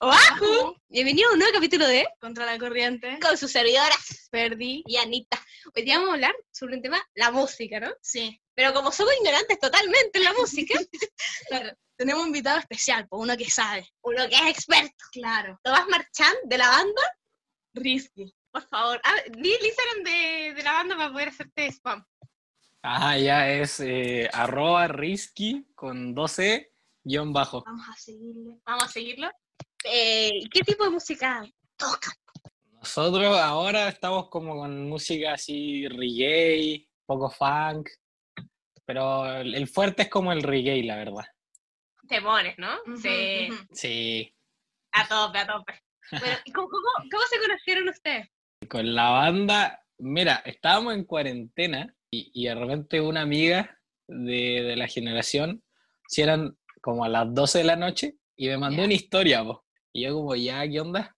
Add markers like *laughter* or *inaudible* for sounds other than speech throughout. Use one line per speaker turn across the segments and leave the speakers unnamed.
¡Oahu! Bienvenido a un nuevo capítulo de
Contra la corriente.
Con sus servidoras
Perdí.
y Anita. Hoy día vamos a hablar sobre un tema, la música, ¿no?
Sí.
Pero como somos ignorantes totalmente en la
*laughs*
música,
Tenemos un invitado especial, por uno que sabe.
uno que es experto,
Claro.
Tomás Marchand de la banda,
Risky.
por favor, ah, di el Instagram de, de la banda para poder hacerte spam.
Ajá, ya es eh, arroba risky con 12 guión bajo.
Vamos a seguirle.
Vamos a seguirlo. Eh, ¿Qué tipo de música tocan?
Nosotros ahora estamos como con música así reggae, poco funk, pero el el fuerte es como el reggae, la verdad.
Temones, ¿no?
Sí.
Sí,
Sí,
a tope, a tope. Bueno, ¿y cómo, cómo- cómo se conocieron ustedes?
con la banda, mira, estábamos en cuarentena y, y de repente una amiga de, de la generación, si eran como a las 12 de la noche, y me mandó
Ya.
una historia, po. y yo como, ya, ¿qué onda?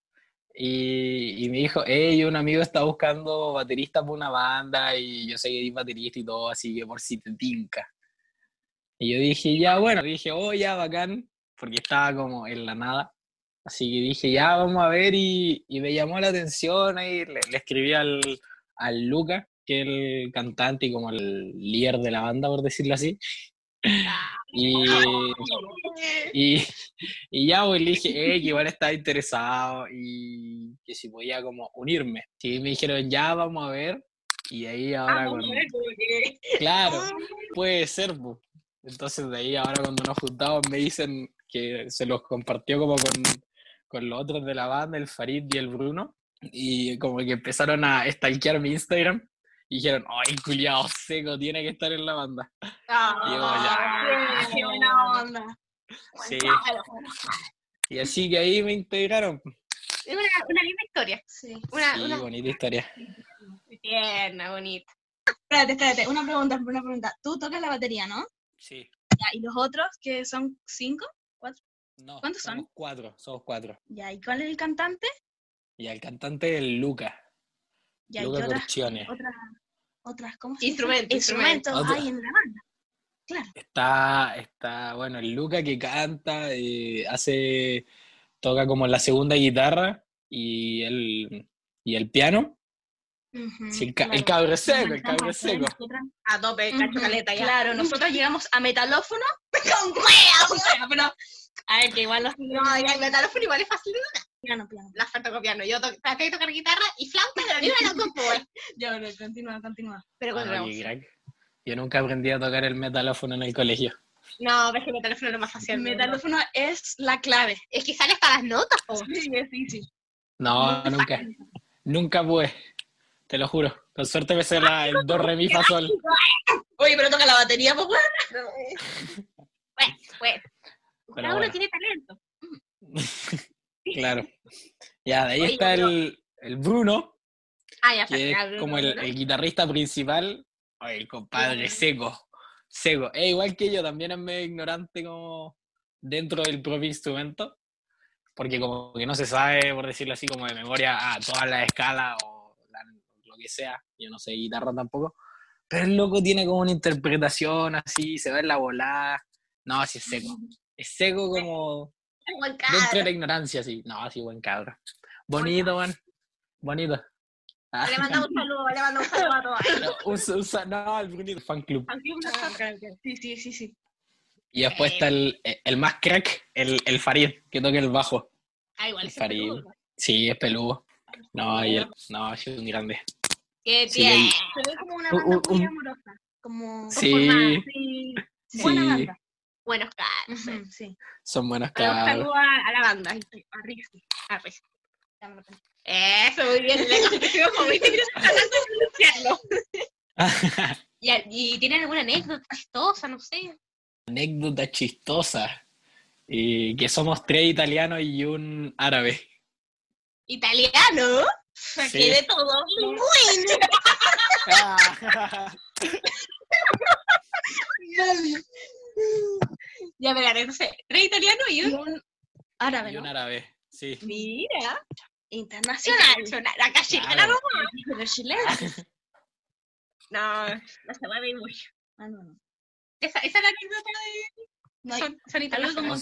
Y, y me dijo, hey, un amigo está buscando baterista para una banda y yo sé que eres baterista y todo, así que por si te tinca. Y yo dije, ya, bueno, dije, oh, ya, bacán, porque estaba como en la nada. Así que dije, ya, vamos a ver, y, y me llamó la atención, ahí le, le escribí al, al Luca, que es el cantante y como el líder de la banda, por decirlo así. Y, y, y ya, pues, le dije, eh, que igual estaba interesado y que si podía como unirme. Y me dijeron, ya, vamos a ver. Y ahí ahora
Ah,
con-
bueno, como que-
Claro, puede ser, bu. Entonces de ahí ahora cuando nos juntamos me dicen que se los compartió como con, con los otros de la banda, el Farid y el Bruno, y como que empezaron a stalkear mi Instagram y dijeron, ay, culiao seco, tiene que estar en la banda.
Ah,
ya.
¡Qué buena onda!
Sí. Y así que ahí me integraron.
Es una, una linda historia.
Sí.
Una,
Sí,
una
bonita historia.
tierna, bonita.
Espérate, espérate. Una pregunta, una pregunta. Tú tocas la batería, ¿no?
Sí.
Ya. ¿Y los otros, que son cinco?
No,
¿Cuántos
somos
son?
Cuatro, somos cuatro.
Ya. ¿Y cuál es el cantante?
Y el cantante es Luca,
Ya. ¿Y qué
Luca
otras?
Corchione.
Otras, otras, ¿cómo se dice?
Instrumento,
Instrumentos
instrumento.
hay en la banda.
Está, está, bueno, el Luca que canta, eh, hace, toca como la segunda guitarra y el, y el
Mm,
piano. Sí, el, ca- el cabre seco, el cabre seco.
A tope,
Ujú,
cacho caleta ya. *laughs*
Claro, nosotros llegamos a metalófono *laughs* con hueá, o sea, pero a ver que igual los
No, ya el metalófono igual es fácil. ¿no?
piano, piano.
La falta copiando. Yo to- traté de tocar guitarra y flauta, pero ni una de las dos pude.
Ya, pero continúa, continúa.
Pero
Ah,
continuamos.
qué crack. Yo nunca aprendí a tocar el metalófono en el colegio.
No, ves que el metalófono es lo más fácil.
El
del mundo.
metalófono es la clave.
Es que sale hasta las notas, po.
Sí, sí, sí.
No, nunca, nunca pude, te lo juro. Con suerte me sé la, el do, re, mi, fa,
*laughs*
sol.
Oye, pero toca la batería, pues, weón.
Bueno, cada uno
bueno.
tiene talento.
Claro. Ya, de ahí
Oye,
está
pero-
el, el Bruno,
Ah, ya, ya,
que es
Bruno,
como el,
Bruno.
el guitarrista principal, Ay, el compadre
Sí.
seco, seco. Es igual que yo, también es medio ignorante como dentro del propio instrumento, porque como que no se sabe, por decirlo así, como de memoria a todas las escalas o la- lo que sea, yo no sé guitarra tampoco, pero el loco tiene como una interpretación así, se ve en la volada, no, así es seco, es seco como
Es buen
dentro de
cara.
la ignorancia, así, no, así buen cabra, bonito, buen, bonito. Ah.
Le mandamos un saludo, le mandamos un saludo a todos.
*laughs* No, usa- usa- no, el Brunito Fan Club.
Ah, Sí, sí, sí, sí.
Y después está el, el más crack, el, el Farid, que toca el bajo.
Ah, igual es un
Farid.
saludo.
Sí, es peludo. No, y el- no, es un grande.
Qué
Sí, el-
bien.
Se ve como una
Un-
banda
un-
muy
un-
amorosa. Como...
Sí,
Sí.
sí,
Buena banda.
Buenos caras.
Ujú, Sí.
son buenos
Mandamos un
cabros.
saludo a, a la banda. A Rizky. A Rizky. Eso, muy bien. *laughs*
*laughs*
¿Y, ¿Y tienen alguna anécdota chistosa? No sé.
Anécdota chistosa. Y que somos tres italianos y un árabe.
¿Italiano?
Sí.
Que de todo. Ya, verán, no sé. Tres italianos y
Y
un...
un árabe,
y un
¿no?
árabe, sí.
Mira.
Internacional.
Internacional. La calle.
Claro.
claro.
Pero chileno.
*laughs* No, no se mueve mucho.
Ah, no, no.
Esa, esa es la anécdota de...
No hay-
son, son
algo como
O
italianos.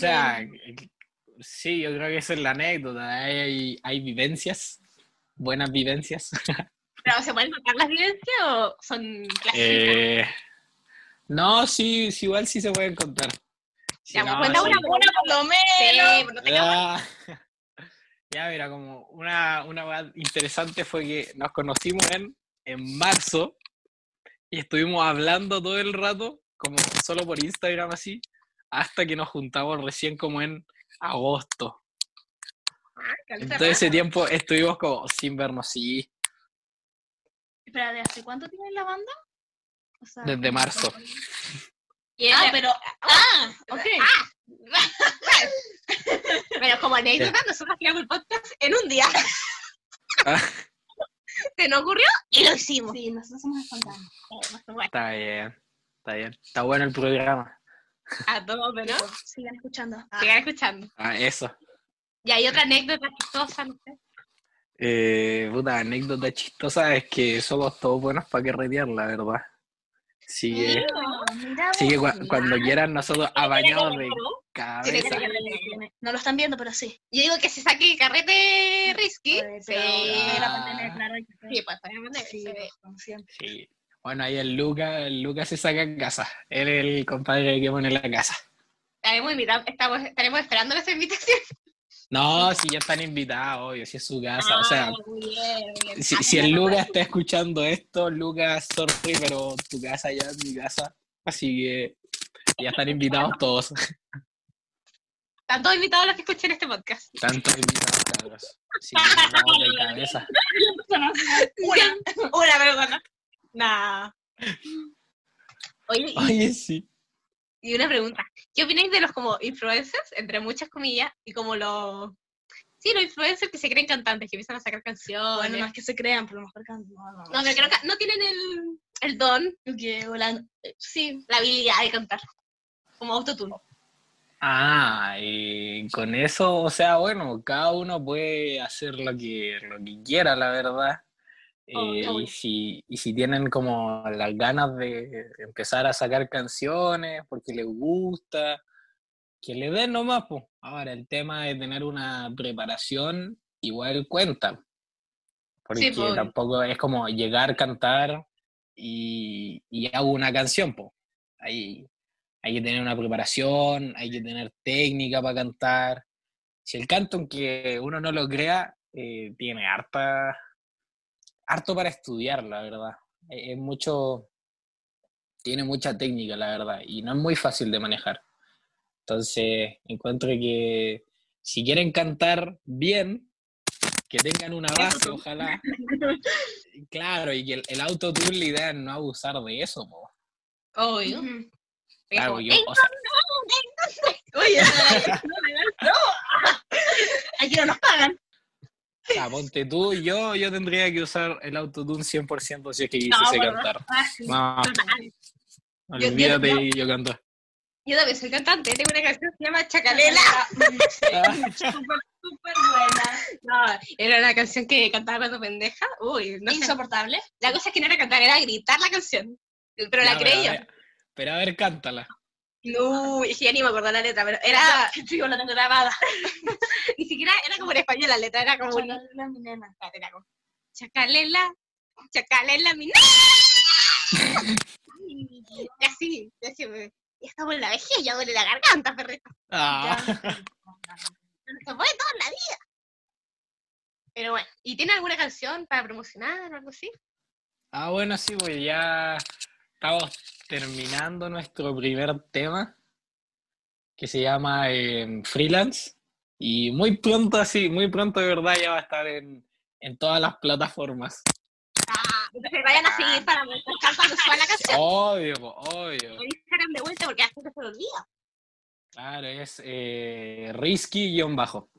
sea, Sí, yo creo que esa es la anécdota. Hay, hay, hay vivencias, buenas vivencias.
¿Pero se pueden contar las vivencias o son clásicas?
Eh, no, sí, sí, igual sí se pueden contar. Si
Ya, pues, cuenta
no, sí.
una, una por lo menos.
Sí,
no
Ah. *laughs* Ya, mira, como una, una weá interesante fue que nos conocimos en, en marzo y estuvimos hablando todo el rato, como solo por Instagram así, hasta que nos juntamos recién como en agosto. Entonces ese tiempo estuvimos como sin vernos, sí,
Espera, ¿de hace cuánto tienen la banda? O sea,
desde marzo.
Ah,
Ah, pero,
pero. Ah,
pues,
ok.
*laughs* pero como anécdota, nosotros creamos el podcast en un día. *laughs*
Ah.
Se nos ocurrió y lo hicimos.
Sí, nosotros somos espontáneos.
Bueno,
Está bien, está bien, está bueno el programa.
a todos, ¿no?
Sigan escuchando.
Sigan escuchando.
Ah, eso.
Y hay otra anécdota chistosa, no sé.
Eh, puta, anécdota chistosa es que somos todos buenos para carretear, la verdad. Sí, eh. que...
Mira,
Así que cua- cuando quieran nosotros a bañados de
Sí, sí,
cabeza.
sí, sí.
No lo están viendo, pero sí.
Yo digo que se saque el carrete risky.
Pero
Sí,
Era para
Ah.
tener claro que-
sí, pues, obviamente,
Sí,
sí.
como siempre.
Sí. Bueno, ahí el Lucas, el Lucas se saca en casa. Él es el compadre que pone la casa.
Estaremos, invitados- estamos, estaremos esperando nuestra invitación.
No, si ya están invitados, obvio, si es su casa. O sea,
Ah, muy bien, muy bien.
si, si el Lucas está escuchando esto, Lucas, sorry, pero tu casa ya es mi casa. Así que ya están invitados todos.
Están todos invitados los que escuchen
*laughs*
este podcast.
Tantos invitados, cabros. Sí, bañados de cabeza.
Una, una vergüenza. Nah. Oye, y-
*laughs* Oye, sí.
y una pregunta. ¿Qué opináis de los como influencers, entre muchas comillas, y como los... Sí, los influencers que se creen cantantes, que empiezan a sacar canciones.
Bueno, no es que se crean, pero a lo mejor can- No, no,
no, pero creo que no tienen el, el don,
Creo que volan- eh,
sí, la habilidad de cantar. Como autotune.
Ah, y con eso, o sea, bueno, cada uno puede hacer lo que, lo que quiera, la verdad.
Oh,
Eh,
está
y
bueno.
si, y si tienen como las ganas de empezar a sacar canciones porque les gusta, que le den nomás, pues. Ahora, el tema de tener una preparación igual cuenta. Porque
pues, obvio.
tampoco es como llegar, cantar y, y hago una canción, pues. Ahí, hay que tener una preparación, hay que tener técnica para cantar. Si el canto, aunque uno no lo crea, eh, tiene harta, harto para estudiar, la verdad. Es es eh, mucho, tiene mucha técnica, la verdad, y no es muy fácil de manejar. Entonces, encuentro que si quieren cantar bien, que tengan una base, ojalá. Claro, y que el, el autotune, la idea es no abusar de eso, po.
Obvio. ¿Eh?
Ujú.
Claro,
Como,
yo, o sea,
*laughs*
Oye, aquí no nos pagan.
O sea, ponte tú, yo, yo tendría que usar el autotune 100% si es que quisiese
¿verdad?
cantar.
Ah, sí.
No,
Total. yo-
olvídate y yo canto.
Yo también soy cantante, tengo una canción que se llama Chacalela. *laughs*
Ah,
Súper, súper buena.
No, era una canción que cantaba cuando pendeja. Uy, no sé.
Insoportable.
La cosa es que no era cantar, era gritar la canción. Pero
Ya,
la creí
pero,
yo.
a ver- Pero a ver, cántala.
No, es que ya ni me acuerdo la letra, pero era.
Yo la tengo grabada.
*laughs* Ni siquiera era como en español la letra, era como. un-
Chacalela, mi nena.
Era como, Chacalela, chacalela, *laughs* mi. ¡No! Y así, y así me- ya estamos en la vejez, ya duele la garganta, perrito.
Ah,
Pero Se puede todo en la vida. Pero bueno, ¿y tiene alguna canción para promocionar o algo así?
ah, bueno, sí, pues ya estamos terminando nuestro primer tema, que se llama eh, Freelance. Y muy pronto, sí, muy pronto de verdad ya va a estar en, en todas las plataformas.
Ah, Entonces vayan a seguir para buscar cuando suba la canción.
Obvio, po, obvio.
Me Instagram de vuelta porque hasta que se lo olvida.
Claro, es eh, risky-bajo.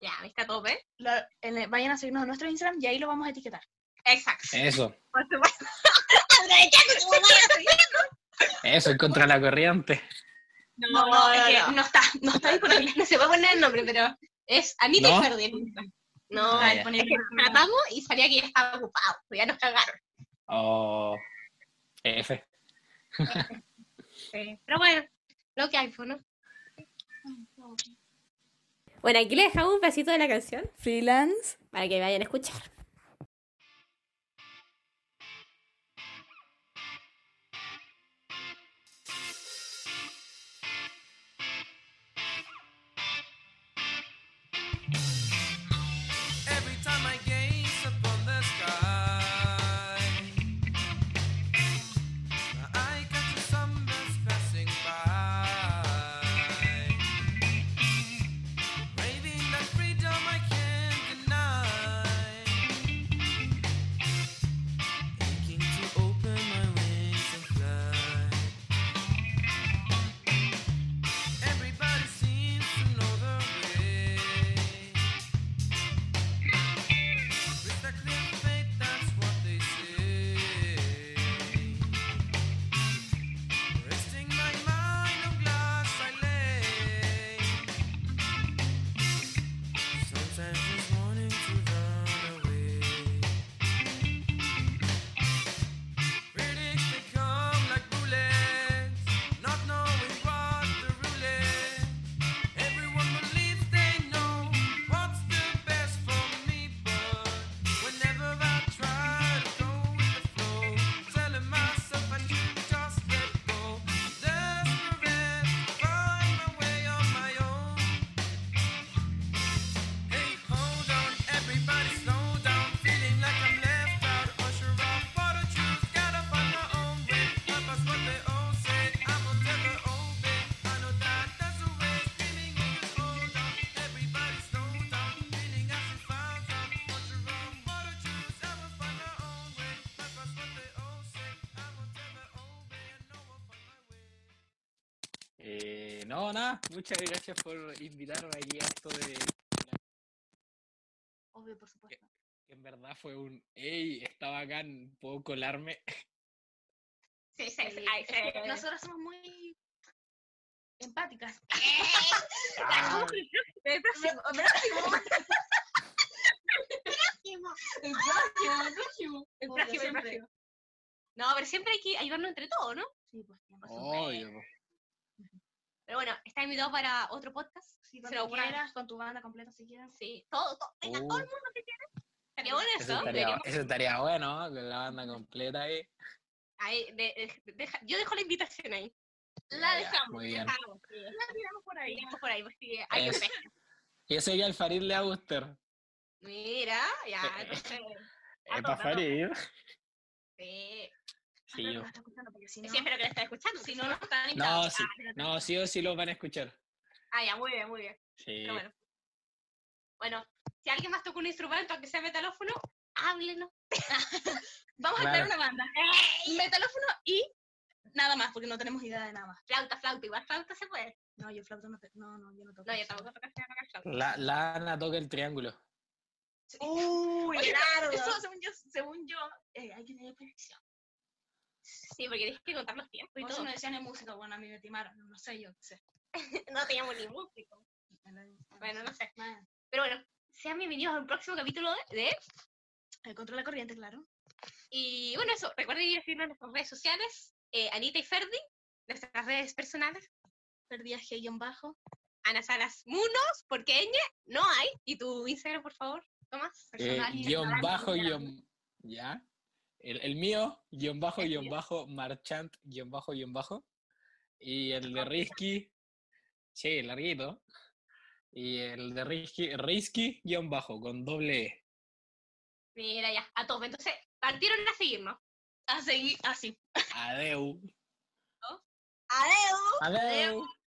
Ya, ahí está todo, ¿eh?
La- en el- vayan a seguirnos a nuestro Instagram y ahí lo vamos a etiquetar.
Exacto.
Eso,
Por supuesto. *laughs* Aprovechando *laughs* que vamos a seguir.
eso, es contra la corriente.
No,
No,
no,
no,
es que
no.
no. está, no está disponible. No se puede poner el nombre, pero es Anita
¿No?
y Jardín. No,
Ah,
es
ya.
que tratamos y salía que ya estaba ocupado. pues Ya nos cagaron.
Oh, F.
Pero bueno, lo que hay, pues, ¿no?
Bueno, aquí les dejamos un pedacito de la canción
Freelance.
para que vayan a escuchar.
Every time I gaze upon the sky, I catch the sunburst passing by, raving that freedom I can't deny, aching to open my wings and fly. Everybody seems to know the way. With a clear fate, that's what they say. Resting my mind on glass, I lay. Sometimes just wanting to run away. Critics they come like bullets, not knowing what the rule is. Everyone believes they know what's the best for me, but whenever I try to go with the flow, telling myself I should just let go. Desperate, find my way on my own. Hey, hold on, everybody, slow down. Feeling like I'm left out, usher off. What a truth, gotta find my own way. That's what they all say. I'm a tether, obey. I know that that's the way. Screaming, hold on, everybody, slow down. Feeling I should find out, usher off. What a truth, gotta find my own way. That's what they all say. I'm a tether, obey. I know I'll find my way.
Eh, no, nada, muchas gracias por invitarme aquí a esto de
Obvio, por supuesto.
que en verdad fue un, hey, está bacán, puedo colarme. *laughs*
Sí, sí, sí.
Sí,
ay,
Eh, es
sí.
que Nosotras somos muy empáticas. *laughs*
Ah,
El próximo, el próximo,
El próximo, el próximo.
el próximo, el próximo. No, pero siempre hay que ayudarnos entre todos, ¿no?
Sí, pues, tienes
Oh.
razón.
obvio, po.
Pero bueno, está invitado para otro podcast.
Sí, con
Se lo
tu
ocurra.
quieras, con tu banda completa si quieres.
Sí, todo, todo, venga, todo el
Uh,
mundo que quiera. Estaría bueno
eso,
eso.
estaría,
deberíamos-
eso estaría bueno, con la banda completa ahí.
ahí, de- de- deja- yo dejo la invitación ahí. La
Ya,
dejamos.
muy bien.
dejamos, sí. La tiramos por ahí. Tiramos por ahí, porque hay
Eso.
un pez.
Yo sé que al Farid le va a gustar.
Mira, ya,
Eh,
entonces.
Es
Anota,
para Farid.
Sí.
Sí,
Espero que
yo.
nos esté escuchando, porque si no-
Siempre que lo estás escuchando, si no, no están
No,
invitados.
sí, no, sí o sí lo van a escuchar.
Ah, ya, muy bien, muy bien.
Sí.
Pero bueno. Bueno, si alguien más toca un instrumento, aunque sea metalófono,
*laughs*
háblenos.
Vamos a
Claro.
crear una banda.
Ah,
Metalófono y nada más, porque no tenemos idea de nada más.
Flauta, flauta, igual flauta se puede.
No, yo flauta no, te- no, no, yo no toco.
No, yo
eso.
tampoco toca tocar flauta.
La, la Ana toca el triángulo.
Uy,
Oye,
claro.
eso,
Eso, según yo, según yo eh, hay que tener conexión.
Sí, porque tienes que contar los tiempos y
Por
todo.
eso no decían en música, bueno, a mí me timaron, no sé, yo qué sé.
No teníamos ni músico.
Me lo-
Bueno, no sé.
Bueno,
Pero bueno, sean bienvenidos al próximo capítulo de, de-
El control de corriente, claro.
Y bueno, eso, recuerden ir a seguirnos en nuestras redes sociales, eh, Anita y Ferdi, nuestras redes personales,
Perdías G-bajo.
Ana Salas Munos, porque ella no hay. Y tu Instagram, por favor, Tomás.
Eh,
Personal y
guión
personal,
bajo,
ya.
guión. ¿Ya? El, el mío, guión bajo,
El
guión
mío.
bajo, marchant, guión bajo, guión bajo. Y el de Risky, sí, larguito. Y el de Risky, Risky, guión bajo, con doble E.
Mira, ya, a todos. Entonces, partieron a seguirnos.
ah, A seguir así.
Adeu.
Adiós.
Adeu.